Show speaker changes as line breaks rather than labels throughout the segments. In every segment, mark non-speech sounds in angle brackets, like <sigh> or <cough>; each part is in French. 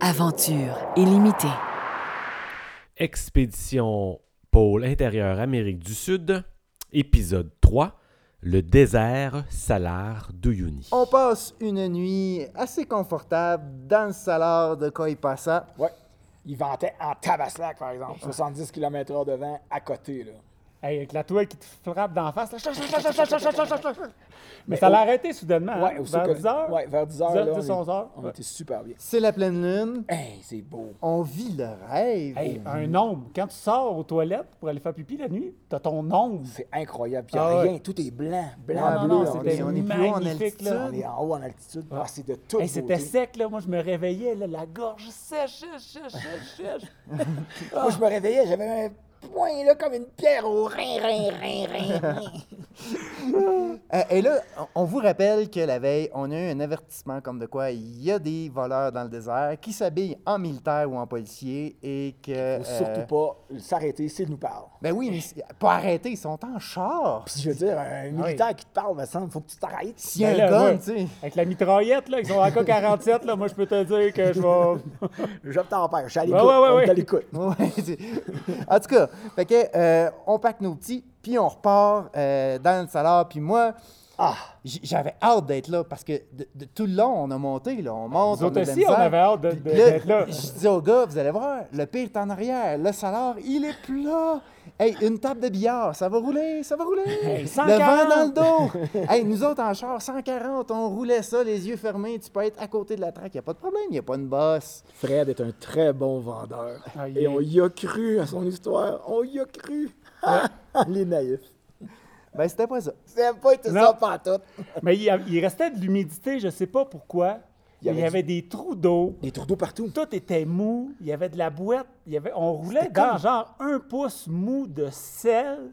Aventure illimitée.
Expédition Pôle intérieur Amérique du Sud, épisode 3, le désert salar d'Uyuni.
On passe une nuit assez confortable dans le salar de Koipassa.
Ouais. Il ventait en tabaslac, par exemple. 70 km/h de vent à côté, là.
Hey, avec la toile qui te frappe d'en face. là. Chut, chut, chut, chut, chut, chut, chut, chut. Mais ça l'a arrêté soudainement.
Ouais,
hein,
aussi
vers
que-
10 heures.
Ouais, vers 10 heures.
10 heures,
là, on
10,
est-
11 heures.
On
Ouais.
était super bien.
C'est la pleine lune.
Hey, c'est beau.
On vit le rêve.
Hey, un ombre. Quand tu sors aux toilettes pour aller faire pipi la nuit, t'as ton ombre.
C'est incroyable. Puis y a
Ah ouais.
rien, tout est blanc, blanc,
Non, non,
bleu.
non,
on,
c'était
est,
on est plus haut en
magnifique,
altitude.
là.
on est en haut en altitude. Ah, c'est de toute
Hey, c'était
beauté.
sec, là. Moi, je me réveillais, là, la gorge sèche, sèche, sèche, sèche.
<laughs> Moi, je me réveillais, j'avais un point là comme une pierre au rein, rein, rein, rein,
<laughs>
rein.
Euh, et là, on- on vous rappelle que la veille, on a eu un avertissement comme de quoi il y a des voleurs dans le désert qui s'habillent en militaire ou en policier et que.
Faut
euh,
surtout pas s'arrêter s'il nous parle.
Ben oui, mais c'est- pas arrêter, ils sont en char.
Puis je veux dire,
Ah
un militaire qui te parle, me semble, faut que tu t'arrêtes.
S'il y a
Ben
un
là,
gun,
ouais.
tu sais.
Avec la mitraillette, là, ils sont en K-47, là. Moi, je peux te dire que je vais. <laughs>
Je t'en je suis à l'écoute.
Ouais, ouais, ouais,
on est à
ouais.
l'écoute.
<laughs> Ouais, c'est- en tout cas, fait que, euh, on pack nos petits, puis on repart euh, dans le salar. Puis moi,
Ah!
j- j'avais hâte d'être là parce que de, de- tout le long, on a monté, là, on monte.
Nous
on a
autres
de la
aussi, on
misère.
avait hâte de-
Puis
de-
là,
d'être là.
Je dis aux gars, vous allez voir, le pire est en arrière. Le salar, il est plus là. Hey, une table de billard, ça va rouler, ça va rouler. le
140.
vent dans le
<laughs>
dos. hey, nous autres en char, 140, on roulait ça, les yeux fermés. Tu peux être à côté de la traque, il n'y a pas de problème, il n'y a pas une bosse.
Fred est un très bon vendeur.
Ah, il
Et
est-
on y a cru à son histoire. On y a cru. Les naïfs.
Ben, c'était pas ça.
C'est pas été
Non.
ça pantoute.
Mais il, y a- il restait de l'humidité, je sais pas pourquoi.
Il y avait
il y avait des trous d'eau.
Des tours d'eau partout.
Tout était mou, il y avait de la boîte, il y avait, on roulait dans genre un pouce mou de sel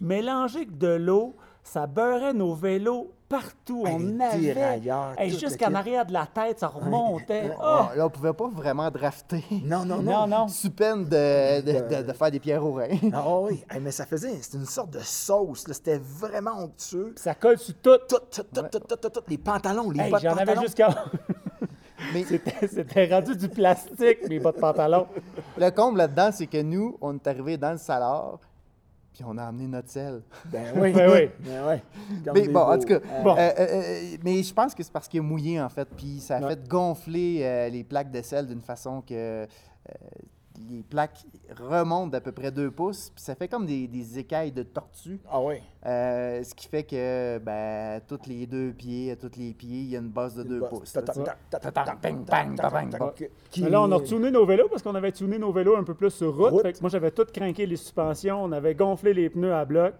mélangé avec de l'eau, ça beurrait nos vélos partout,
Hey,
on
les
avait
dérailleurs,
Hey,
tout le
jusqu'en
kit.
arrière de la tête, ça remontait.
Bon,
Ah!
Oh, là, on pouvait pas vraiment drafter.
Oh. Non, non, oh, non.
Non,
<laughs>
non.
Sous peine de, de, de- de faire des pierres aux reins.
Ah oui, Hey, mais ça faisait, c'était une sorte de sauce. là. C'était vraiment onctueux.
Ça colle sur tout.
Tout, tout, tout, tout, tout, tout, tout, les pantalons, les
Hey,
bottes
j'en avais
pantalons.
jusqu'à.
<laughs> Mais
<laughs> C'était- C'était rendu du plastique, mes bas de pantalon.
le comble là-dedans, c'est que nous, on est arrivés dans le salar, puis on a amené notre sel.
Ben oui,
Ben oui.
ben oui. Comme
Mais
des
bon, en
beaux.
tout cas,
Bon.
euh, euh, euh, mais je pense que c'est parce qu'il a mouillé, en fait, puis ça a fait gonfler euh, les plaques de sel d'une façon que euh, les plaques remontent d'à peu près deux pouces, puis ça fait comme des, des écailles de tortue.
Ah oui.
Euh, ce qui fait que, ben, toutes les deux pieds, à tous les pieds, il y a une base de deux
Bah,
pouces. là,
tac,
tu sais.
tac, tac, tac, tac, ping, ping, ping, ping, ping. Qui-
Mais Ben là, on a retourné nos vélos parce qu'on avait tuné nos vélos un peu plus sur route.
Route.
Fait que moi, j'avais tout craqué les suspensions, on avait gonflé les pneus à bloc.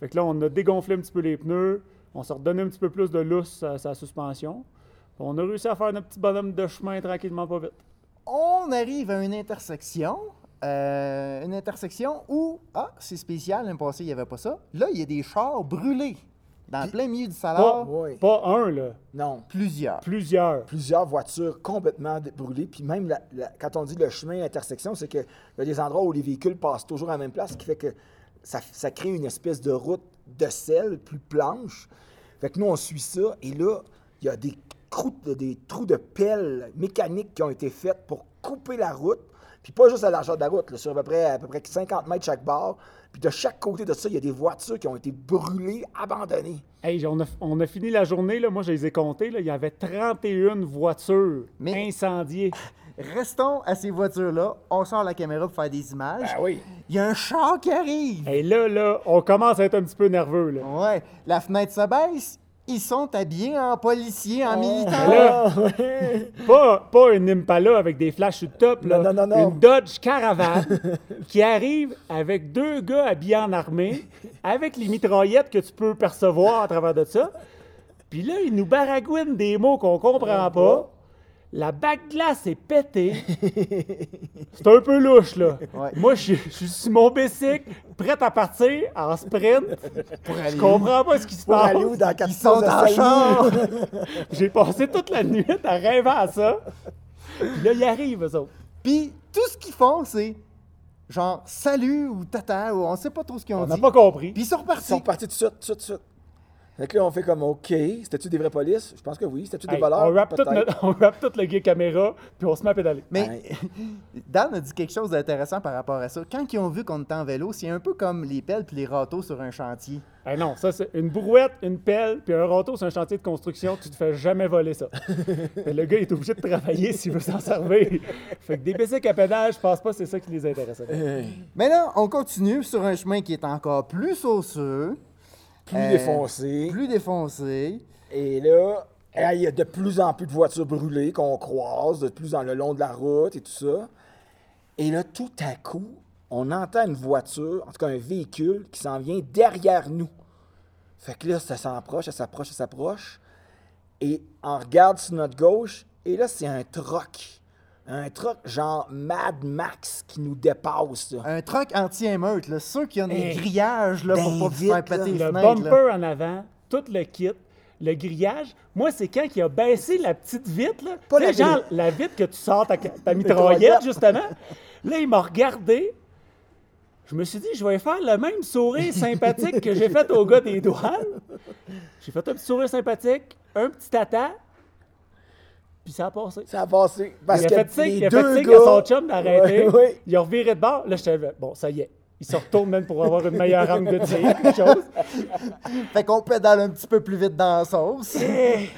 Fait que là, on a dégonflé un petit peu les pneus, on s'est redonné un petit peu plus de lousse à sa suspension. Puis On a réussi à faire notre petit bonhomme de chemin tranquillement, pas vite.
On arrive à une intersection. euh, une intersection où, ah, c'est spécial, l'an passé, il n'y avait pas ça. Là, il y a des chars brûlés dans le plein milieu du
Pas,
salar.
Ah, ouais.
pas un, là,
Non.
Plusieurs.
plusieurs.
plusieurs voitures complètement dé- brûlées. Puis même, la- la- quand on dit le chemin intersection, c'est qu'il y a des endroits où les véhicules passent toujours à la même place, ce qui fait que ça, ça crée une espèce de route de sel plus planche. Fait que nous, on suit ça, et là, il y a des, croûtes de- des trous de pelles mécaniques qui ont été faites pour couper la route. Puis pas juste à la largeur de la route, là, sur à peu, près, à peu près 50 mètres chaque barre. Puis de chaque côté de ça, il y a des voitures qui ont été brûlées, abandonnées.
Hey, on a, on a fini la journée, là, moi, je les ai comptés, là, il y avait 31 voitures
Mais-
incendiées.
Restons à ces voitures-là. On sort la caméra pour faire des images.
Ben oui.
Il y a un char qui arrive.
Et là, là, on commence à être un petit peu nerveux, là.
Ouais, la fenêtre s'abaisse. Ils sont habillés en policiers,
Oh.
en militaires.
Là,
Ah,
pas, pas une Impala avec des flashs sur le top, là.
Non, non, non, non.
Une Dodge Caravan <laughs> qui arrive avec deux gars habillés en armée, avec les mitraillettes que tu peux percevoir à travers de ça. Puis là, ils nous baragouinent des mots qu'on
Oh,
comprend pas. La bague glace est pétée. C'est un peu louche, là.
Ouais.
Moi, je suis- je suis sur mon bicycle, prêt à partir en sprint. je comprends pas ce qui se
Pour
passe.
aller où dans
Ils sont en char.
J'ai passé toute la nuit à rêver à ça. Puis là, ils arrivent, eux autres.
<laughs> Puis tout ce qu'ils font, c'est genre salut ou tata ou on sait pas trop ce qu'ils ont
On
dit.
n'a pas compris.
Puis ils sont
Ils
repartis.
sont partis tout de suite, tout de suite, tout de suite. Fait que là, on fait comme OK, c'était-tu des vraies polices? Je pense que oui. C'était-tu des
Hey,
voleurs?
on, rappe tout
Peut-être.
notre- <laughs> on rappe tout le gay caméra, puis on se met à pédaler.
Mais <laughs> Dan a dit quelque chose d'intéressant par rapport à ça. Quand ils ont vu qu'on était en vélo, c'est un peu comme les pelles puis les râteaux sur un chantier.
Hey, non, ça, c'est une brouette, une pelle, puis un râteau, c'est un chantier de construction, tu te fais jamais voler ça. Mais le gars, il est obligé de travailler s'il veut s'en servir. Fait que des bicycles à pédale, je pense pas que c'est ça qui les intéresse.
Mais là, on continue sur un chemin qui est encore plus sauceux,
Plus
Euh,
défoncé.
plus défoncé.
Et là, hey, il y a de plus en plus de voitures brûlées qu'on croise, de plus en le long de la route et tout ça. Et là, tout à coup, on entend une voiture, en tout cas un véhicule, qui s'en vient derrière nous. Fait que là, ça s'approche, ça s'approche, ça s'approche. Et on regarde sur notre gauche, et là, c'est un troc. Un troc genre Mad Max qui nous dépasse.
Euh,
là.
Un truck anti-émeute, là, ceux qui ont des grillages là, pour
ben
pas vous
vite,
faire
là,
péter les
Eh. Le
fenêtres. là.
bumper en avant, tout le kit, le grillage. Moi, c'est quand il a baissé la petite vitre, là.
Pas
Tu sais,
la
genre,
grille.
la vitre que tu sors
<laughs>
ta, ta mitraillette, justement. Là, il m'a regardé. Je me suis dit, je vais faire le
<laughs>
même sourire sympathique que j'ai fait au gars des douanes. J'ai fait un petit sourire sympathique, un petit tata, puis ça a passé.
Ça a passé. Parce
il a
que
fait signe,
les
il a
deux
fait signe
gars-
à son chum d'arrêter.
Ouais, ouais.
Il a reviré de bord. Là, j'étais bon, ça y est. Il se retourne même pour avoir une meilleure angle de tir, quelque chose.
Fait qu'on pédale un petit peu plus vite dans la
<laughs>
sauce.
Hey,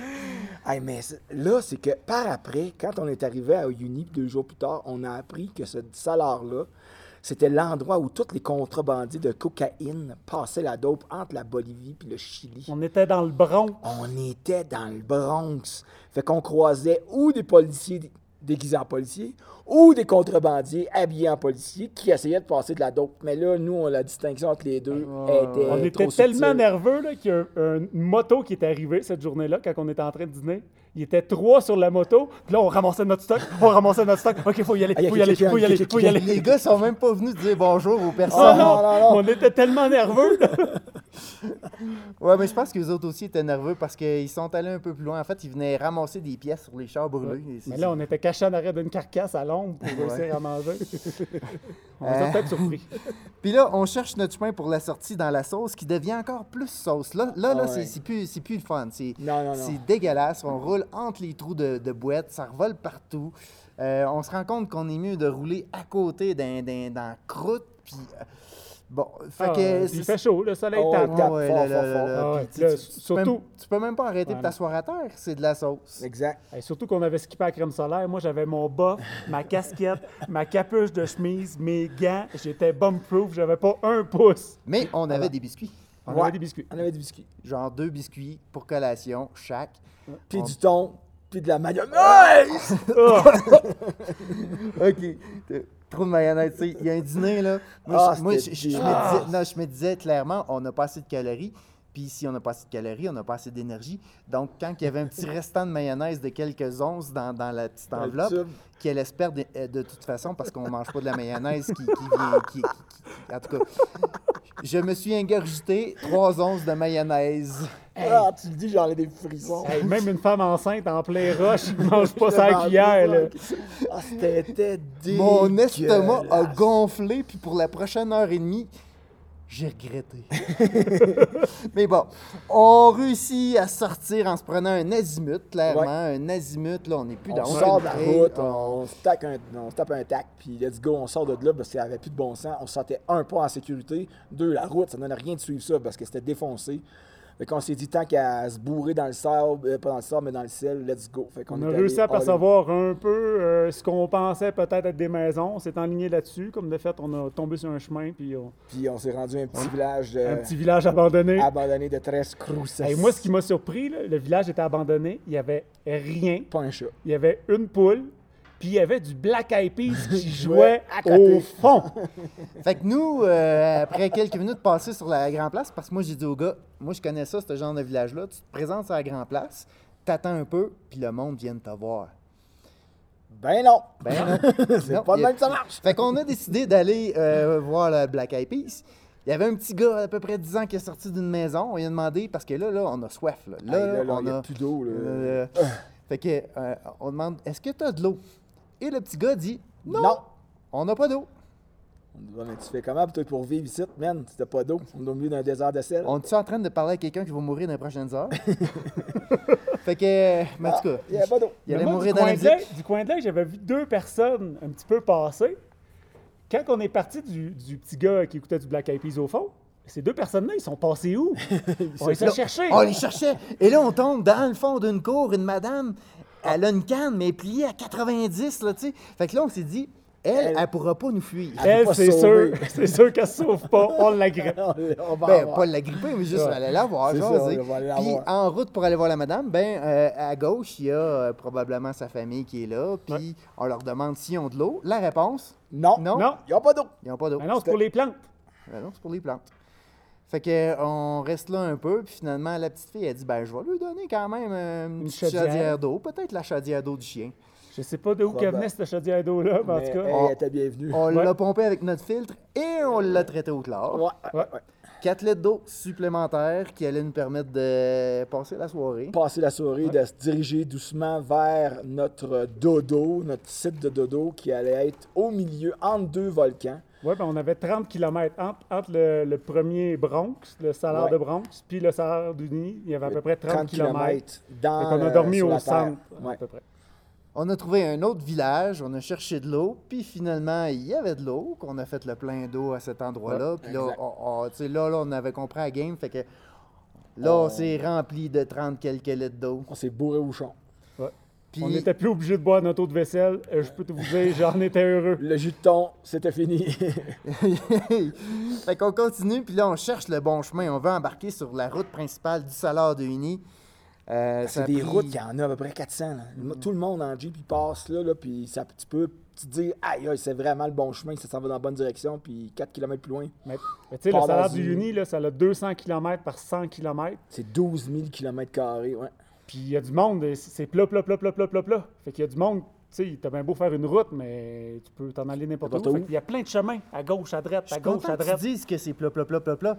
mais c'est- là, c'est que par après, quand on est arrivé à Uni deux jours plus tard, on a appris que ce salaire-là, c'était l'endroit où tous les contrebandiers de cocaïne passaient la dope entre la Bolivie et le Chili.
On était dans le bronc.
On était dans le Bronx. Fait qu'on croisait ou des policiers dé- déguisés en policiers ou des contrebandiers habillés en policiers qui essayaient de passer de la dope. Mais là, nous, on- la distinction entre les deux était
Ah. On était
trop
tellement
subtile.
nerveux là, qu'il y a un- une moto qui est arrivée cette journée-là, quand on était en train de dîner. Il était trois sur la moto. Puis là, on ramassait notre stock. On ramassait notre stock. OK, faut y aller.
Ah, y a
Faut y aller.
quelqu'un,
Faut y aller. Faut y aller.
les gars sont même pas venus dire bonjour aux
Oh
personnes.
non,
non, non.
On était tellement nerveux.
<laughs>
là.
Ouais, mais je pense que les autres aussi étaient nerveux parce qu'ils sont allés un peu plus loin. En fait, ils venaient ramasser des pièces sur les chars brûlés. Et c'est-
Mais là, on était cachés en arrière d'une carcasse à l'ombre pour réussir
<laughs>
à manger. on nous a
Euh,
peut-être surpris.
Puis là, on cherche notre chemin pour la sortie dans la sauce qui devient encore plus sauce. Là, là, là
Ah ouais.
c'est- c'est plus, c'est plus le fun. C'est
Non, non, non.
c'est dégueulasse. On roule entre les trous de, de boîte, ça revole partout. Euh, on se rend compte qu'on est mieux de rouler à côté d'un d'un- d'un croûte. Puis euh, bon, fait
Ah,
que.
puis il
c'est-
fait chaud, le soleil
Oh,
tape.
tape
Ouais,
fort,
là,
fort,
là, là,
fort.
là,
Ah,
puis
ouais,
tu-
là,
tu- tu peux
surtout-
même- Tu peux même pas arrêter de
Ouais,
t'asseoir à terre, c'est de la sauce.
Exact.
Hey, surtout qu'on avait skippé la crème solaire. Moi, j'avais mon bas, ma casquette, ma capuche de chemise, mes gants. J'étais bomb-proof. J'avais pas un pouce.
Mais on avait des biscuits.
On
Ouais.
avait des biscuits.
On avait des biscuits.
Genre deux biscuits pour collation chaque.
Puis
On-
du thon, puis de la mayonnaise.
Ah!
OK. T'as Trop de mayonnaise, tu sais. Il y a un dîner, là. Moi,
Ah,
je, moi,
c'était
je- je- je
dur.
me disais, non, je me disais clairement, on n'a pas assez de calories. Puis si on n'a pas assez de calories, on n'a pas assez d'énergie. Donc, quand il y avait un petit restant de mayonnaise de quelques onces dans, dans la petite
le
enveloppe,
tube.
qu'elle espère de, euh, de toute façon, parce qu'on ne mange pas de la mayonnaise qui, qui vient. qui- qui- qui- en tout cas, je me suis ingurgité trois onces de mayonnaise.
Ah, tu le dis, j'en ai des frissons. <laughs>
Hey, même une femme enceinte en plein roche, ne mange pas
Je
ça
mange
cuillère.
pas
Là.
ça. Ah, c'était dégueulasse.
Mon estomac a gonflé, puis pour la prochaine heure et demie, j'ai
<laughs>
regretté. Mais bon, on réussit à sortir en se prenant un azimut, clairement. Un azimut, là, on n'est plus
On
dans
sort de la
une
route,
trail, on-
on, se tape un, on se tape un tac, puis let's go, on sort de là parce qu'il n'y avait plus de bon sens. On se sentait, un, pas en sécurité, deux, la route, ça ne donnait rien de suivre ça parce que c'était défoncé. Fait qu'on s'est dit, tant qu'à se bourrer dans le sable, euh, pas dans le sable, mais dans le ciel, let's go. Fait qu'on
On a
est
réussi
allé
à
all in.
percevoir un peu euh, ce qu'on pensait peut-être être des maisons. On s'est enligné là-dessus. Comme de fait, on a tombé sur un chemin puis on-
Puis on s'est rendu à un petit village de-
un petit village abandonné.
abandonné de 13 Cruces.
Hey, moi, ce qui m'a surpris, là, le village était abandonné. Il n'y avait rien.
Pas un chat.
Il y avait une poule. Puis il y avait du Black Eyed Peas
<laughs>
qui
jouait
jouait
à côté.
au fond.
Fait que nous, euh, après quelques minutes passées sur la Grand Place, parce que moi, j'ai dit au gars, moi, je connais ça, ce genre de village-là, tu te présentes sur la Grand Place, t'attends un peu, puis le monde vient te voir.
Ben non!
Ben non.
<laughs> C'est
Non,
pas
il
de
y a-
même que ça marche!
Fait qu'on a décidé d'aller euh, voir le Black Eyed Peas. Il y avait un petit gars à peu près 10 ans qui est sorti d'une maison. On lui a demandé, parce que là, là, on a soif. Là, là,
Hey, là, là,
on
y a
a...
plus d'eau. là.
Euh, fait que, euh, on demande, est-ce que tu as de l'eau? Et le petit gars dit, non,
Non.
on n'a pas d'eau.
On dit, Ouais, mais tu fais comment toi, pour vivre ici, man? C'était pas d'eau. On est au milieu d'un désert de sel.
On est en train de parler à quelqu'un qui va mourir dans les prochaines
<laughs>
heures? fait que, euh, mais en tout cas,
Ah, Il n'y a
<laughs>
pas d'eau.
il allait
Mais moi,
mourir
du
dans la
coin de l'œil-
musique.
Du coin de l'œil, j'avais vu deux personnes un petit peu passer. Quand on est parti du, du petit gars qui écoutait du Black Eyed Peas au fond, ces deux personnes-là, ils sont
<laughs>
passés où? on les a
Là,
cherchés.
On les cherchait. Et là, on tombe dans le fond d'une cour, une madame, elle a une canne, mais elle est pliée à 90, là, tu sais. Fait que là, on s'est dit, elle, elle,
Elle-
pourra pas nous fuir.
peut
Elle,
pas
c'est
se
sûr, <laughs>
sauver.
c'est sûr qu'elle se sauve pas. On l'agrippe.
On, <laughs> on va
Ben,
avoir-
pas la gripper, mais juste
Ouais.
aller la voir,
C'est ça,
jaser.
on va aller la
Puis
voir.
en route pour aller voir la madame, ben euh, à gauche, il y a euh, probablement sa famille qui est là. Puis on leur demande s'ils ont de l'eau. La réponse,
Non.
non,
Non.
Il n'y a pas d'eau.
ils n'ont pas d'eau.
Mais non, c'est pour les plantes.
Ben non, c'est pour les plantes. Fait que euh, on reste là un peu, puis finalement, la petite fille, elle dit Ben, je vais lui donner quand même euh, une,
Une
petite chaudière,
chaudière.
d'eau, peut-être la chaudière d'eau du chien.
Je sais pas de où que
Probable.
venait cette chaudière d'eau-là, mais en
Mais,
tout cas.
hey,
on-
elle était bienvenue.
On
Ouais.
l'a pompée avec notre filtre et on l'a traité au chlore.
Ouais,
Ouais.
ouais, ouais.
Quatre litres d'eau supplémentaires qui allaient nous permettre de passer la soirée.
Passer la soirée, de se diriger doucement vers notre dodo, notre site de dodo qui allait être au milieu, entre deux volcans.
Ouais, ben on avait 30 km entre, entre le, le premier Bronx, le salaire
Ouais.
de Bronx, puis le salaire d'Uni. Il y avait à peu près 30, km.
kilomètres dans.
on a
euh,
dormi
sur
au
la Terre.
centre,
Ouais.
à peu près.
On a trouvé un autre village, on a cherché de l'eau, puis finalement, il y avait de l'eau, qu'on a fait le plein d'eau à cet endroit-là. puis là,
exact.
on- on- tu sais, là, là, on avait compris la game, fait que là, on, s'est rempli de 30 quelques litres d'eau.
On s'est bourré au champ.
Puis
On n'était plus obligé de boire notre eau de vaisselle. Euh, je peux te vous dire, j'en
<laughs>
étais heureux.
Le jus de thon, c'était fini.
<laughs>
<laughs>
fait qu'on continue, puis là, on cherche le bon chemin. On veut embarquer sur la route principale du Salar de Uni. Euh, ça
Ah, C'est
a
des
pris-
routes, il y en a à peu près 400. là. Tout le monde en Jeep, il passe là, là puis ça, tu peux te dire, aïe, aïe, c'est vraiment le bon chemin, ça s'en va dans la bonne direction, puis 4 km plus loin,
Mais, mais tu sais, le
Pas
salaire
dans
du
une-
Uni, là, ça a 200 km par 100 km.
c'est 12 000 km. Ouais.
Puis il y a du monde, et c'est c'est plat, plat, plat, plat, plat, plat, plat. Fait qu'il y a du monde, tu sais, t'as bien beau faire une route, mais tu peux t'en aller n'importe
N'importe
où.
où.
Fait qu'il y a plein de chemins, à gauche, à droite,
Je
à
suis
gauche,
content
à
que tu
droite.
dises que c'est plat, plat, plat, plat, plat.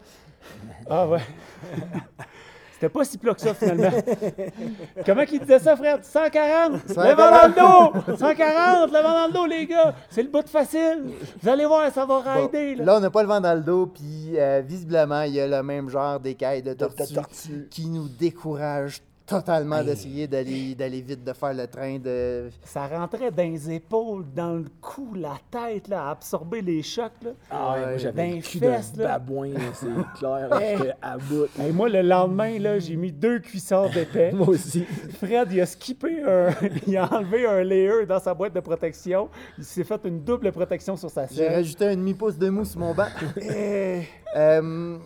Ah ouais. <laughs> C'était pas si plat que ça finalement.
<laughs>
Comment qu'il disait ça, frère? 140! Le vent dans le dos! 140! Le vent dans le dos, les gars! C'est le bout de facile! Vous allez voir, ça va
Bon,
rider! Là.
là, on n'a pas le vent dans le dos, puis euh, visiblement, il y a le même genre d'écailles de tortue,
tortue.
qui nous décourage totalement d'essayer d'aller d'aller vite, de faire le train de.
Ça rentrait dans les épaules, dans le cou, la tête, là, à absorber les chocs. Là.
Ah ouais, moi, j'avais
ben,
le cul d'un
fesses, là.
babouin, là, c'est <laughs> clair, j'étais à bout.
Et moi, le lendemain, là, j'ai mis deux cuissards d'épais. <laughs>
Moi aussi.
Fred, il a skippé un... <laughs> il a enlevé un layer dans sa boîte de protection. Il s'est fait une double protection sur sa
J'ai
selle.
rajouté un demi-pouce de mou sur mon
<laughs>
banc. Euh,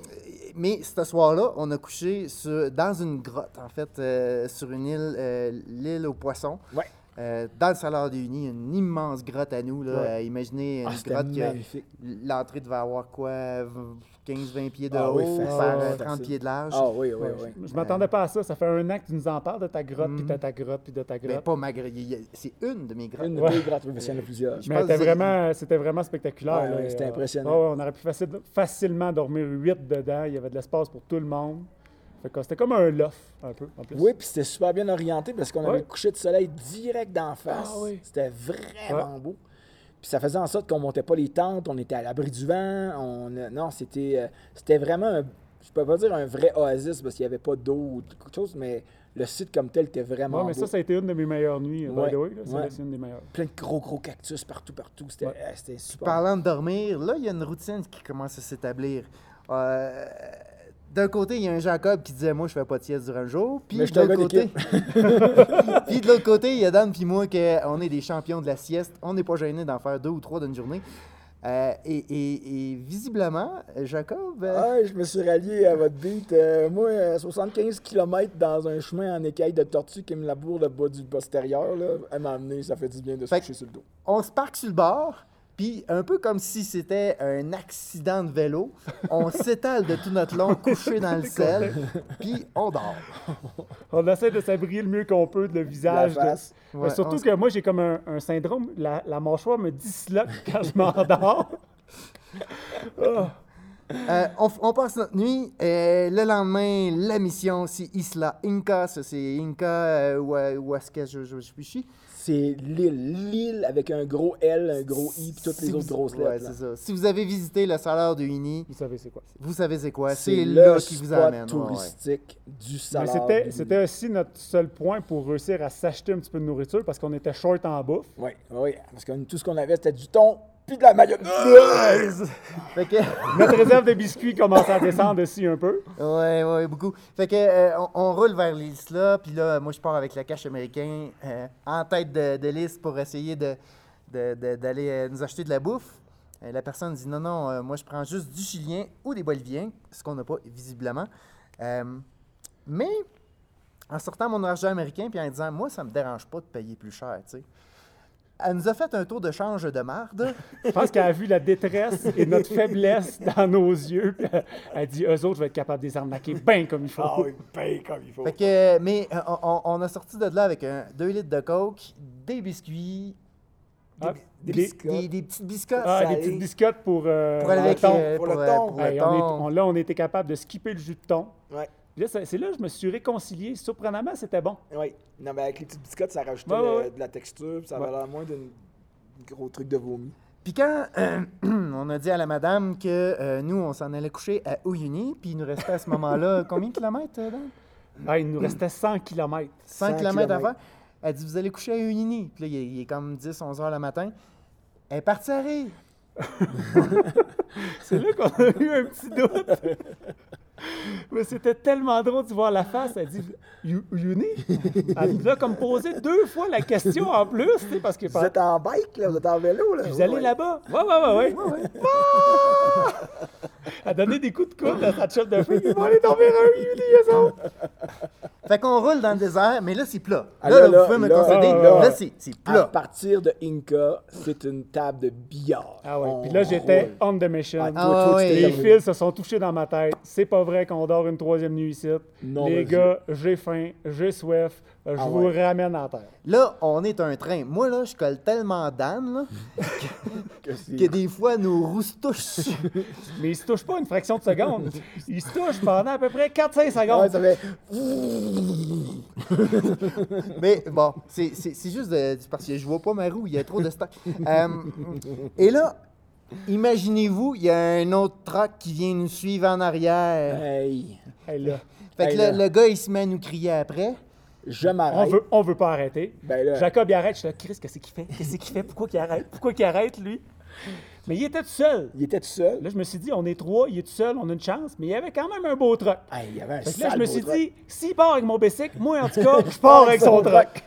mais ce soir-là, on a couché sur- dans une grotte, en fait, euh, sur une île, euh, l'île aux poissons.
Ouais.
Euh, dans le Salaire des Unis, une immense grotte à nous. Là, Euh, imaginez une
Ah, c'était
grotte que
magnifique.
l'entrée devait avoir quoi, 15-20 pieds de
Ah
haut,
oui, facile,
par euh,
facile.
30 pieds de large.
Ah oui, oui, oui.
Je m'attendais pas à ça. Ça fait un an que tu nous en parles de ta grotte, puis de ta grotte, puis de ta
Mais
grotte.
pas ma grotte, il y a- c'est une de mes grottes.
Une
Ouais.
de deux grattes, parce qu'il y en a plusieurs.
Mais
pense
c'était
que-
vraiment, c'était vraiment spectaculaire.
Ouais,
là.
ouais, c'était
Euh,
impressionnant.
ouais, ouais, on aurait pu facile- facilement dormir huit dedans. Il y avait de l'espace pour tout le monde. Fait que c'était comme un loft, un peu, en plus.
Oui, puis c'était super bien orienté parce qu'on
Ouais.
avait le coucher de soleil direct d'en face.
Ah oui.
C'était vraiment beau. Puis ça faisait en sorte qu'on montait pas les tentes, on était à l'abri du vent. On... euh, Non, c'était euh, c'était vraiment, un- je peux pas dire un vrai oasis parce qu'il n'y avait pas d'eau ou quelque chose, mais le site comme tel était
Ouais,
vraiment
mais
beau.
ça, ça a été une de mes meilleures nuits. by
Ouais,
the way, là. Ça,
ouais.
là, c'est une des meilleures.
Plein de gros, gros cactus partout, partout. C'était
Ouais.
euh, c'était super.
Parlant de dormir, là, il y a une routine qui commence à s'établir. Euh, d'un côté, il y a un Jacob qui disait Moi, je fais pas de sieste durant le jour. Puis
Mais
de
j'étais un
l'autre
gars
côté, <laughs> puis de l'autre côté, il y a Dan puis moi que on est des champions de la sieste. On n'est pas gêné d'en faire deux ou trois d'une journée. Euh, et, et- et visiblement, Jacob, euh,
Ah, je me suis rallié à votre beat. Euh, moi, euh, 75 km dans un chemin en écaille de tortue qui me laboure le bas du postérieur, là, à m'amener, ça fait du bien de se
Fait que-
coucher sur le dos.
on se parque sur le bord. Puis, un peu comme si c'était un accident de vélo,
<laughs>
on s'étale de tout notre long, couché dans le sel, puis on dort.
On essaie de s'abrier le mieux qu'on peut de le visage. de-
La face.
Mais
Ouais, on
surtout que moi, j'ai comme un, un syndrome. La, la mâchoire me disloque <laughs> quand je m'endors.
Euh, on, f- on passe notre nuit. euh, le lendemain, euh, la mission, c'est Isla Inca. Ça, c'est Inca euh, Hua- Huasca, je, je, je, je- je-
c'est l'île. L'île avec un gros L, un Euh, gros I, puis toutes
Si
les
vous-
autres grosses
ouais,
lettres. là.
c'est ça. Si vous avez visité le salaire de Uni,
Vous savez c'est quoi.
vous savez c'est quoi.
C'est
C'est
le
là qui vous
spot
amène. ouais, ouais.
touristique du
Mais
salaire.
c'était, c'était aussi notre seul point pour réussir à s'acheter un petit peu de nourriture parce qu'on était short en bouffe.
Oui, oui, parce que tout ce qu'on avait, c'était du thon, puis de la mayonnaise.
Fait que-
Notre réserve de biscuits commençait à descendre aussi un peu.
Ouais, ouais, beaucoup. Fait que euh, on, on roule vers l'Isla, puis là, moi, je pars avec la cache américain euh, en tête de, de liste pour essayer de, de- de- d'aller euh, nous acheter de la bouffe. Euh, la personne dit non, non, euh, moi, je prends juste du chilien ou des boliviens, ce qu'on n'a pas visiblement. Euh, mais en sortant mon argent américain, puis en disant moi, ça me dérange pas de payer plus cher, tu sais. Elle nous a fait un tour de change de marde.
Je pense qu'elle a vu la détresse et notre faiblesse dans nos yeux. puis Elle a dit Eux autres, je vais être capable de les arnaquer bien comme il faut.
Ah oui, paye comme il faut.
Fait que, mais euh, on- on, on a sorti de là avec un 2 litres de coke, des biscuits,
Ah,
des
des-
biscuits.
des, des petites biscottes.
ah, des
salés.
petites biscottes pour, euh,
pour aller
le
avec
thon.
euh,
pour
pour,
le
euh,
thon.
pour le
Hey, on est-
thon.
on- là, on était capable de skipper le jus de thon.
Ouais,
Là, ça- c'est là que je me suis réconcilié. Surprenamment, c'était bon.
ouais. Non, mais avec les petites biscottes, ça rajoutait
Ouais, ouais,
le-
ouais.
de la texture, puis ça
Ouais.
avait l'air moins d'un gros truc de vomi.
Puis quand euh, <clears throat> on a dit à la madame que euh, nous, on s'en allait coucher à Uyuni, puis il nous restait à ce
<laughs>
moment-là combien de kilomètres, euh, Dan?
Ah, il nous restait 100 km.
100
100
kilomètres à faire.
kilomètres.
Elle dit, vous allez coucher à Uyuni. Puis là, il est, il est comme 10, 11 heures le matin. Elle est partie à rire.
C'est là qu'on a eu un petit doute. <laughs> Mais c'était tellement drôle de voir la face. Elle dit You, you need? Elle nous a comme posé deux fois la question en plus, tu sais, parce que
Vous êtes en bike, là, vous êtes en vélo. Là.
Vous
Ouais,
allez
ouais.
là-bas? Ouais, ouais, ouais, ouais. Ah! Elle donnait des coups de coude à sa chef de fille. Ils vont aller dormir à un Yuli, eux autres.
Fait qu'on roule dans le désert, mais là, c'est plat.
Ah,
Là,
là,
là,
là,
vous pouvez me
là,
concéder.
ah,
Là, Ah,
ouais.
c'est c'est
À
plat.
partir de Inca, c'est une table de billard.
Ah ouais.
On
Puis là, j'étais
roule.
on the mission.
Ah, toi,
Ah
toi,
ouais.
tu t'es
Les
énervé.
fils se sont touchés dans ma tête. C'est pas vrai qu'on dort une troisième nuit ici.
Non,
Les
vas-y.
gars, j'ai faim, j'ai soif. Je
Ah
vous
ouais.
ramène en terre.
Là, on est un train. Moi, là, je colle tellement Dan, là,
Que c'est-
que des fois, nos roues se touchent.
Mais ils se touchent pas une fraction
<laughs>
de seconde. Ils se touchent pendant à peu près 4-5
Ouais,
secondes.
ça fait-
Mais bon, c'est c'est- c'est juste de- parce que je vois pas ma roue, il y a trop de
<laughs>
stock. Euh, et là, imaginez-vous, il y a un autre truck qui vient nous suivre en arrière.
Hey,
Hey, là,
Fait que
hey,
le-
là.
le gars, il se met à nous crier après.
je
on,
m'arrête.
veut, on veut pas arrêter.
Ben là.
Jacob, il arrête. Je suis là, Chris, qu'est-ce qu'il fait? Qu'est-ce qu'il fait? Pourquoi qu'il arrête? Pourquoi qu'il arrête, lui? Mais il était tout seul.
Il était tout seul.
Là, je me suis dit, on est trois, il est tout seul, on a une chance, mais il y avait quand même un beau truck.
Hey, il y avait un
Fait que là,
sale
je me
beau
suis
truc.
dit, s'il part avec mon bicycle, moi,
<laughs>
en tout cas, je pars avec son truck.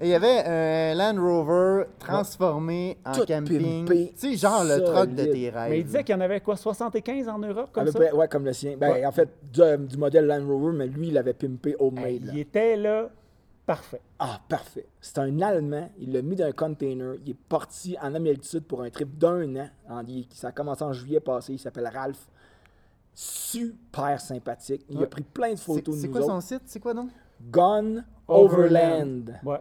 Et Il y avait un Land Rover transformé en
Tout
camping.
pimpé,
Tu sais, genre le truck de
solide.
tes rêves.
Mais il disait qu'il y en avait quoi, 75 en Europe,
À
comme
peu
ça?
près, ouais, comme le sien. Ben,
Ouais.
En fait, du, du modèle Land Rover, mais lui, il l'avait pimpé
Hey,
homemade. là.
il était là, parfait.
Ah, parfait. C'est un Allemand. Il l'a mis dans un container. Il est parti en Amérique du Sud pour un trip d'un an. En- il- ça a commencé en juillet passé. Il s'appelle Ralph. Super sympathique. Il a pris plein de
C'est
photos de
c'est
nous
quoi son
autres.
site? C'est quoi, non?
Gone Overland.
Ouais.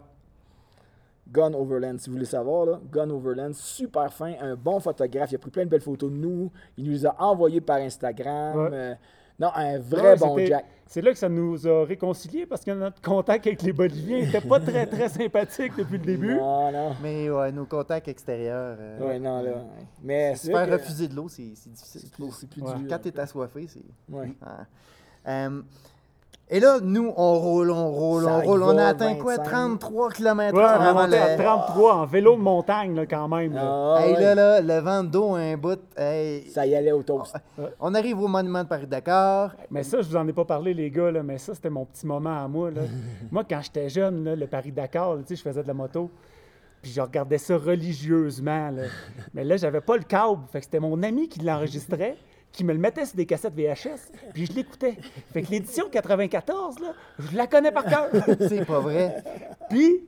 Gone Overland, si vous voulez savoir, là, Gone Overland, super fin, un bon photographe. Il a pris plein de belles photos de nous. Il nous les a envoyées par Instagram.
Ouais.
Euh, non, un vrai
Ouais,
bon
c'était-
Jack.
C'est là que ça nous a réconciliés parce que notre contact avec les Boliviens n'était pas très, très sympathique depuis le début.
Non, non.
Mais ouais, nos contacts extérieurs. euh,
Ouais, non, là. ouais. Mais
Se
c'est
faire
vrai que-
refuser de l'eau, c'est c'est difficile.
C'est plus, c'est plus
Ouais.
dur.
Quand t'es assoiffé, c'est.
Ouais.
Ah. Euh, et là, nous, on roule, on roule,
Ça
on
y
roule. On a
va,
atteint quoi?
25.
33 km/h
Ouais, on est
avant
monté à
le.
33 en vélo de montagne, là, quand même. là.
Ah,
euh, Hey,
ouais.
là, là, le vent d'eau, un bout. Hey,
Ça y allait au toast.
on arrive au monument de Paris-Dakar.
Mais ça, je vous en ai pas parlé, les gars, là, mais ça, c'était mon petit moment à moi. Là. moi, quand j'étais jeune, là, le Paris-Dakar, là, tu sais, je faisais de la moto. Puis je regardais ça religieusement. là. Mais là, j'avais pas le câble. Fait que c'était mon ami qui l'enregistrait, qui me le mettait sur des cassettes VHS, puis je l'écoutais. Fait que l'édition 94, là, je la connais par cœur.
C'est pas
<laughs>
vrai.
Puis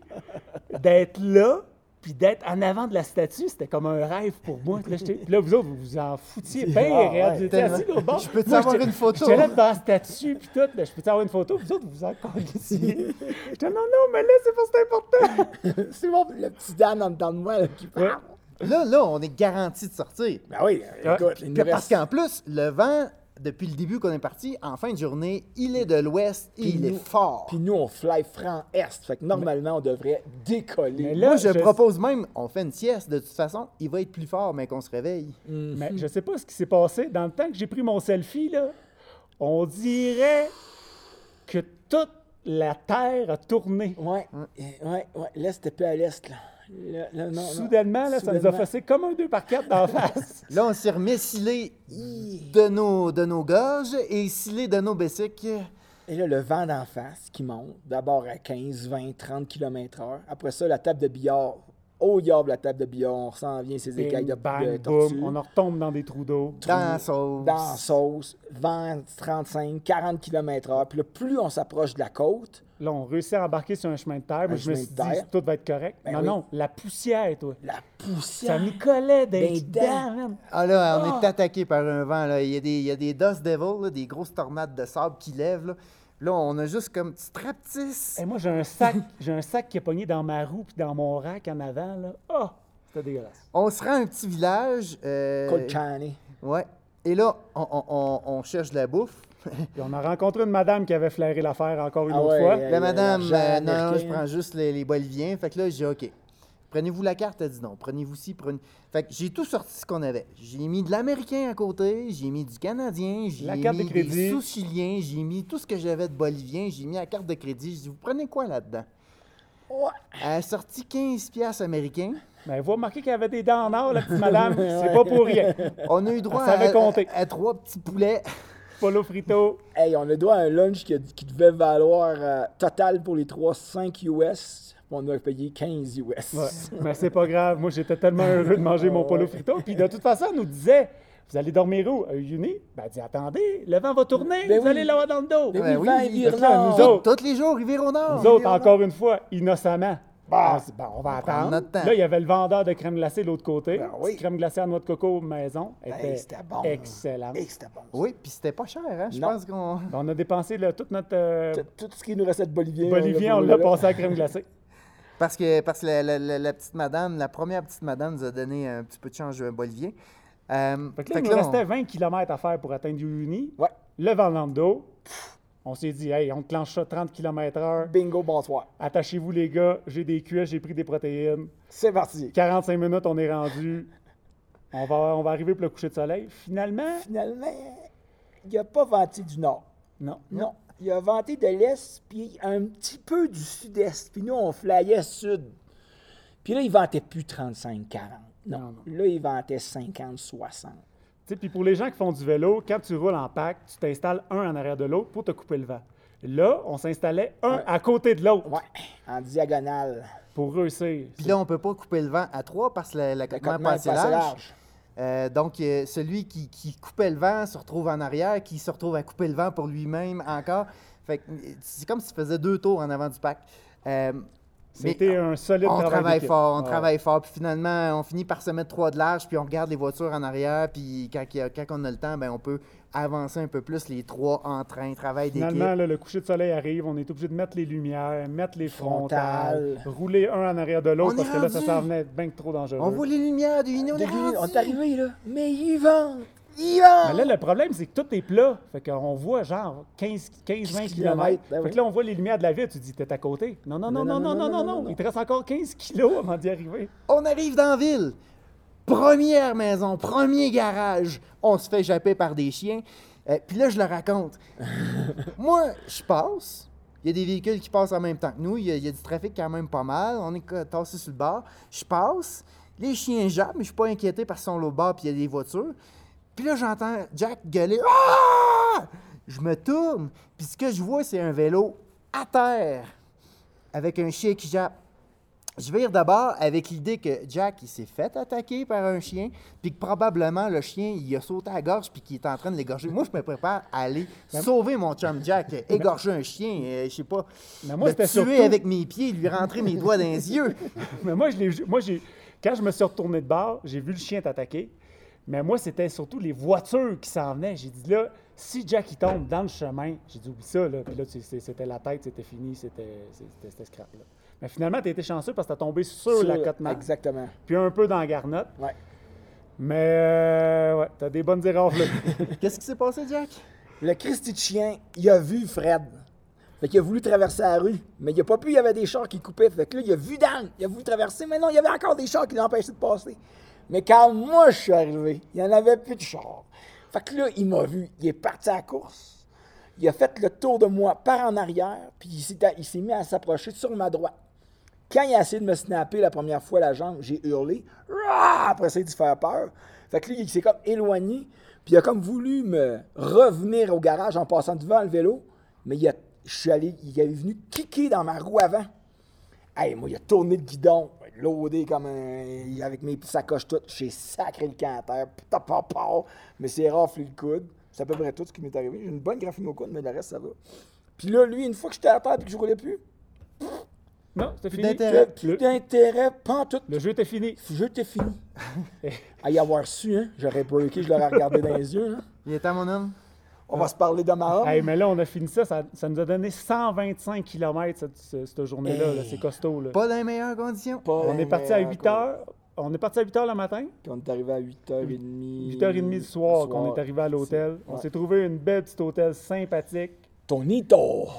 d'être là, puis d'être en avant de la statue, c'était comme un rêve pour moi. Là, j'étais- puis là, vous autres, vous vous en foutiez bien.
Ah,
raide.
ouais,
J'étais assis
tellement.
au bord.
Je peux-tu
Moi,
avoir
j'étais-
une photo?
J'étais là dans la statue, puis tout. là, je peux-tu avoir une photo? Vous autres, vous vous en colissiez. J'étais non, non, mais là, c'est pas c'est important.
<laughs> c'est bon, le petit Dan en dedans de moi là, qui parle.
Là, là, on est garanti de sortir.
Ben oui, écoute, il nous
Puis parce
reste-
qu'en plus, le vent depuis le début qu'on est parti, en fin de journée, il est de l'Ouest et
Puis
il
nous-
est fort.
Puis nous, on fly franc est. Fait que normalement, on devrait
Mais
décoller.
là,
Moi, je,
je-
propose même, on fait une sieste de toute façon, il va être plus fort, mais qu'on se réveille.
Mais je sais pas ce qui s'est passé. Dans le temps que j'ai pris mon selfie, là, on dirait que toute la Terre a tourné.
Ouais, euh, ouais, ouais. L'Est est plus à l'Est, là. Là, là, non, non.
Soudainement, là, ça nous a
Soudainement.
fassé comme un deux par quatre d'en <laughs> face.
Là, on s'est remissilé de nos, de nos gorges et scellé de nos bessiques.
Et là, le vent d'en face qui monte, d'abord à 15, 20, 30 km h Après ça, la table de billard. Au diable, la table de billard, on s'en vient ces
Et
écailles de, de
bang,
tortue.
boum, on en retombe dans des trous d'eau.
Dans la sauce.
dans la sauce, 20, 35, 40 km h Puis là, plus on s'approche de la côte,
Là, on réussit à embarquer sur un chemin de terre. Moi, je
chemin
me suis
de
dit,
terre.
tout va être correct.
Ben
non,
oui.
non, la poussière, toi.
la
Ça
poussière.
nous collait
Ben,
des dents,
dents.
man.
Ah là, on est attaqué par un vent. Là. Il, y a des, il y a des Dust Devil, là, des grosses tornades de sable qui lèvent. Là, Là, on a juste comme petit traptis.
Et moi, j'ai un sac, <laughs> j'ai un sac qui est pogné dans ma roue puis dans mon rack en avant, là. Ah! C'était dégueulasse.
On se rend à un petit village. euh,
Colchane.
ouais. Et là, on, on- on- on cherche de la bouffe.
Puis on a rencontré une madame qui avait flairé l'affaire encore une
Ah
autre
ouais,
fois.
elle-
La madame,
l'argent
euh, non, non, je
américain.
prends juste les, les boliviens. Fait que là, j'ai OK. Prenez-vous la carte, elle dit non. Prenez-vous ci, prenez. Fait que j'ai tout sorti ce qu'on avait. J'ai mis de l'américain à côté, j'ai mis du canadien, j'ai
La carte de
mis
crédit.
des sous-chiliens, j'ai mis tout ce que j'avais de bolivien, j'ai mis la carte de crédit. Je dis, vous prenez quoi là-dedans?
Ouais.
Elle a sorti 15 piastres américains.
Mais Ben, vous remarquez qu'elle avait des dents en or, la
<laughs>
petite madame. C'est pas pour rien.
On a eu droit
<laughs> Ça avait
à,
compté.
à- à trois petits poulets.
Polo frito.
Hey, on a droit à un lunch qui, a- qui devait valoir euh, total pour les trois 5 US. On a payé 15 US. <laughs>
Ouais, mais c'est pas grave. Moi, j'étais tellement heureux de manger mon polo frito. Puis de toute façon, elle nous disait Vous allez dormir où À Uni Ben, elle dit Attendez, le vent va tourner.
Ben
vous
oui.
allez l'avoir dans le dos.
Ben
Ben oui,
oui, vent
il-
Irlande.
nous autres.
Tous les jours, rivière au nord.
Nous autres,
rivière au
encore une fois, innocemment.
Bah,
on se dit, Bon, on va
prend
attendre.
notre temps.
Là, il y avait le vendeur de crème glacée de l'autre côté.
Ben oui.
Petite Crème glacée à noix de coco maison.
Hey,
Était
c'était bon.
Excellente.
Hey, c'était bon.
nord. Oui, puis c'était pas cher, hein? Je
Non.
pense qu'on.
Ben, On a dépensé là, toute notre euh,
Tout ce qui nous restait de Bolivien.
bolivien, on l'a passé à la
<laughs>
crème glacée.
Parce que, parce que la, la- la- la petite madame, la première petite madame nous a donné un petit peu de change euh, bolivien. Euh,
Fait que là,
fait
il
que
nous
là, on-
restait 20 km à faire pour atteindre Uni.
Ouais.
Le vent dans le dos. On s'est dit, hey, on clenche ça 30 km heure.
Bingo, bonsoir.
Attachez-vous, les gars. J'ai des cuisses, j'ai pris des protéines.
C'est parti.
45 minutes, on est rendu. On va, on va arriver pour le coucher de soleil. Finalement,
Finalement, il n'a pas venté du nord.
non.
Non. Il a venté de l'est, puis un petit peu du sud-est. Puis nous, on flyait sud. Puis là, il ventait plus 35-40. Non.
Non, non.
Là, il ventait 50-60.
Tu sais, Puis pour les gens qui font du vélo, quand tu roules en pack, tu t'installes un en arrière de l'autre pour te couper le vent. Là, on s'installait un à côté de l'autre
Ouais, en diagonale.
pour réussir.
Puis là, on peut pas couper le vent à trois parce que la, la
Le
cotement est
campement
pas assez
est passé
large.
large.
Euh, donc, euh, celui qui, qui coupait le vent se retrouve en arrière, qui se retrouve à couper le vent pour lui-même encore. Fait que, euh, c'est comme s'il faisait deux tours en avant du pack. Euh, mais-
C'était un solide
on
travail
travaille
d'équipe. Ah
fort, on
Ouais.
travaille fort. Puis finalement, on finit par se mettre trois de large, puis on regarde les voitures en arrière. Puis quand, il y a- quand on a le temps, ben, on peut avancer un peu plus les trois en train, travail d'équipe.
Finalement, là, le coucher de soleil arrive, on est obligé de mettre les lumières, mettre les frontales,
Frontales.
rouler un en arrière de l'autre
On
parce
est
que là, ça
rendu.
s'en venait bien que trop dangereux.
On voit les lumières du Hino, on est
Devenu- On
rendu.
est arrivé, là. Mais il vend! Il
Mais
vend!
là, le problème, c'est que tout est plat. Fait qu'on voit genre 15-20 km.
kilomètres, ben
Fait
oui.
que là, on voit les lumières de la ville. Tu te dis, t'es à côté. Non, non, non, non, non, non, non, non. Il te reste encore 15 kilos avant d'y arriver.
On arrive dans la ville. Première maison, premier garage. On se fait japper par des chiens. Euh, Puis là, je le raconte. Moi, je passe. Il y a des véhicules qui passent en même temps que nous. Il y, a- il y a du trafic quand même pas mal. On est ca- tassé sur le bord. Je passe. Les chiens jappent, mais je suis pas inquiété parce qu'ils sont là au bord puis il y a des voitures. Puis là, j'entends Jack gueuler. Ah! Je me tourne. Puis ce que je vois, c'est un vélo à terre avec un chien qui jappe. Je vire d'abord avec l'idée que Jack il s'est fait attaquer par un chien, puis que probablement le chien il a sauté à la gorge puis qu'il est en train de l'égorger. Moi, je me prépare à aller sauver mon chum
<laughs>
Jack, euh, égorger un chien, euh, je sais pas,
Mais moi,
le
c'était
tuer
surtout-
avec mes pieds, lui rentrer mes doigts dans les
<laughs>
yeux.
Mais moi, je l'ai- moi, j'ai, quand je me suis retourné de bord, j'ai vu le chien t'attaquer. Mais moi, c'était surtout les voitures qui s'en venaient. J'ai dit là, si Jack il tombe dans le chemin, j'ai dit oublie ça là. Puis là, tu- c'est- c'était la tête, c'était fini, c'était, c'est- c'était, c'était scrap là. Mais finalement, t'as été chanceux parce que t'as tombé sur, la côte nord,
Exactement.
puis un peu dans la garnotte.
Ouais.
Mais euh, ouais, t'as des bonnes erreurs
<laughs>
là.
Qu'est-ce qui s'est passé, Jack?
Le Christy de chien, il a vu Fred. Fait qu'il a voulu traverser la rue, mais il a pas pu, il y avait des chars qui coupaient. Fait que là, il a vu Dan, il a voulu traverser, mais non, il y avait encore des chars qui l'empêchaient de passer. Mais quand moi, je suis arrivé, il n'y en avait plus de chars. Fait que là, il m'a vu, il est parti à la course. Il a fait le tour de moi par en arrière, puis il s'est, il s'est mis à s'approcher sur ma droite. Quand il a essayé de me snapper la première fois la jambe, j'ai hurlé. Rah! Après ça, il a dû faire peur. Fait que lui, il s'est comme éloigné. Puis il a comme voulu me revenir au garage en passant devant le vélo. Mais il a, je suis allé, il est venu kicker dans ma roue avant. Hey, moi, il a tourné le guidon, loadé comme un. avec mes petites sacoches toutes. J'ai sacré le camp à terre. Putain, pas peur. Mais c'est raflé le coude. C'est à peu près tout ce qui m'est arrivé. J'ai une bonne graphine au coude, mais le reste, ça va. Puis là, lui, une fois que j'étais à terre et que je roulais plus,
Non, c'était fini.
d'intérêt.
plus
Le,
d'intérêt, pas en tout.
le jeu était fini.
Ce jeu était fini.
<laughs>
à y avoir su, hein, j'aurais breaké, je l'aurais regardé dans les yeux. hein.
Il est à mon homme.
On va se parler de Mahom.
Hey, mais là, on a fini ça. Ça, ça nous a donné 125 km cette, ce- cette journée-là. là. C'est costaud. Là.
Pas dans les meilleures conditions. Euh,
On est parti à 8 heures. On est parti à 8 heures le matin.
Puis on est arrivé à 8h30.
8h30 du soir qu'on est arrivé à l'hôtel. On
Ouais.
s'est trouvé une belle petite hôtel sympathique.
Tonito!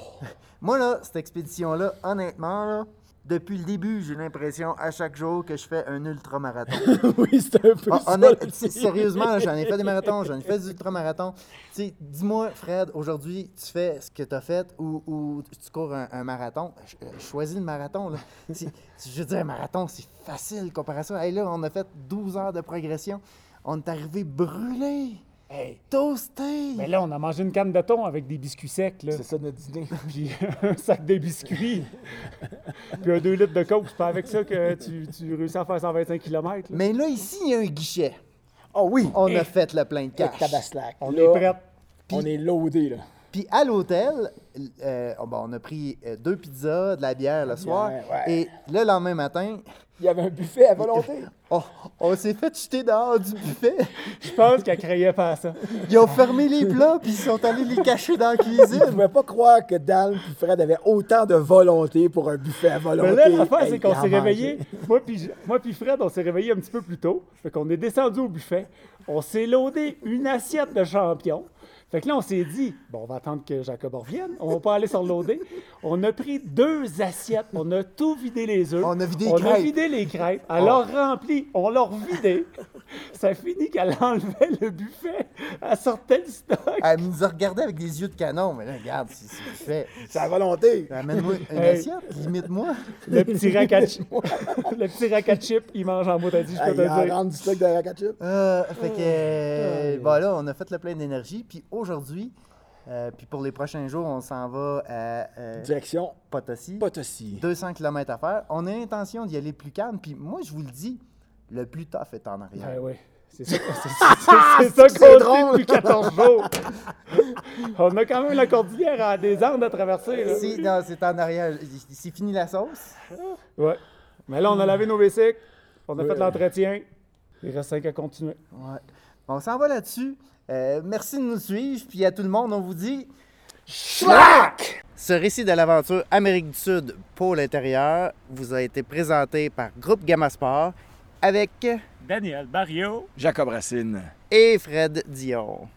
Moi, là, cette expédition-là, honnêtement, là, depuis le début, j'ai l'impression à chaque jour que je fais un ultramarathon.
<laughs> oui, c'était un peu
Ah,
ça, <laughs>
honnête-
le
si-
deal.
sérieusement, là, j'en ai fait des marathons, j'en ai fait des ultramarathons. Tu sais, dis-moi, Fred, aujourd'hui, tu fais ce que tu as fait ou, ou tu cours un, un marathon. Ch- euh, choisis le marathon. Là. <laughs> Si- si je veux dire, un marathon, c'est facile comparé à ça. Hey, là, on a fait 12 heures de progression. On est arrivé brûlé,
Hey.
toasté.
Mais là, on a mangé une canne de thon avec des biscuits secs. Là.
C'est ça notre dîner.
<laughs> Puis un sac
<laughs>
de biscuits. Puis un 2 litres de coke. C'est pas avec ça que tu, tu réussis à faire 125 km.
Mais là, ici, il y a un guichet.
Oh oui! Eh,
On a fait le plein de cash.
Tabaslac.
On
Là,
est prêts.
On est loadé, là.
Puis à l'hôtel, l- euh, oh, bon, on a pris euh, deux pizzas, de la bière le soir.
ouais.
Et le lendemain matin,
Il y avait un buffet à
<laughs>
volonté.
oh, on s'est fait jeter dehors du buffet.
Je pense qu'elle craignait pas ça.
Ils ont fermé les plats, puis ils sont allés les cacher dans la
Je ne
cuisine.
pouvais pas croire que Dan et Fred avaient autant de volonté pour un buffet à volonté.
Mais là, l'affaire, c'est
Hey,
qu'on
il en
s'est
mangeait.
réveillé. Moi puis je- moi puis Fred, on s'est réveillé un petit peu plus tôt. Fait qu'on est descendu au buffet. On s'est loadé une assiette de champignons. Fait que là, on s'est dit, bon, on va attendre que Jacob revienne. On va pas aller sur le loader. On a pris deux assiettes. On a tout vidé les œufs.
On a vidé les
On a
crêpes. Ah.
vidé les crêpes. Elle l'a rempli. On l'a revidé. Ça finit qu'elle enlevait le buffet. Elle sortait le stock.
Elle Eh, nous a regardés avec des yeux de canon. Mais là, regarde, c'est ce fait.
C'est à volonté.
Amène-moi une
Hey.
assiette, limite-moi.
Le petit rack à
<laughs>
chi- le petit rack à chip, il mange en mot à dit, je
Hey,
peux
il en
te le dire.
rentre du stock de la ketchup.
Euh, fait que, euh, bon, là, on a fait le plein d'énergie. Puis aujourd'hui, euh, puis pour les prochains jours, on s'en va à euh,
Direction
Potosi.
Potosi.
200 km à faire. On a l'intention d'y aller plus calme. Puis moi, je vous le dis, le plus tough est en arrière.
Ben ouais. C'est ça, <laughs> c'est- c'est- c'est ça qu'on dit
drôle.
depuis 14 jours. On a quand même la cordillère à des Andes à traverser. Là.
C'est, non, c'est en arrière. C'est fini la sauce.
Ouais. Mais là, on a lavé nos vesicles, on a
Ouais.
fait l'entretien. Il reste 5 à continuer.
Ouais. Bon, on s'en va là-dessus. Euh, merci de nous suivre. Puis à tout le monde, on vous dit. Ce récit de l'aventure Amérique du Sud, pôle intérieur, vous a été présenté par Groupe Gamma Sport avec
Daniel Barrio.
Jacob Racine.
et Fred Dion.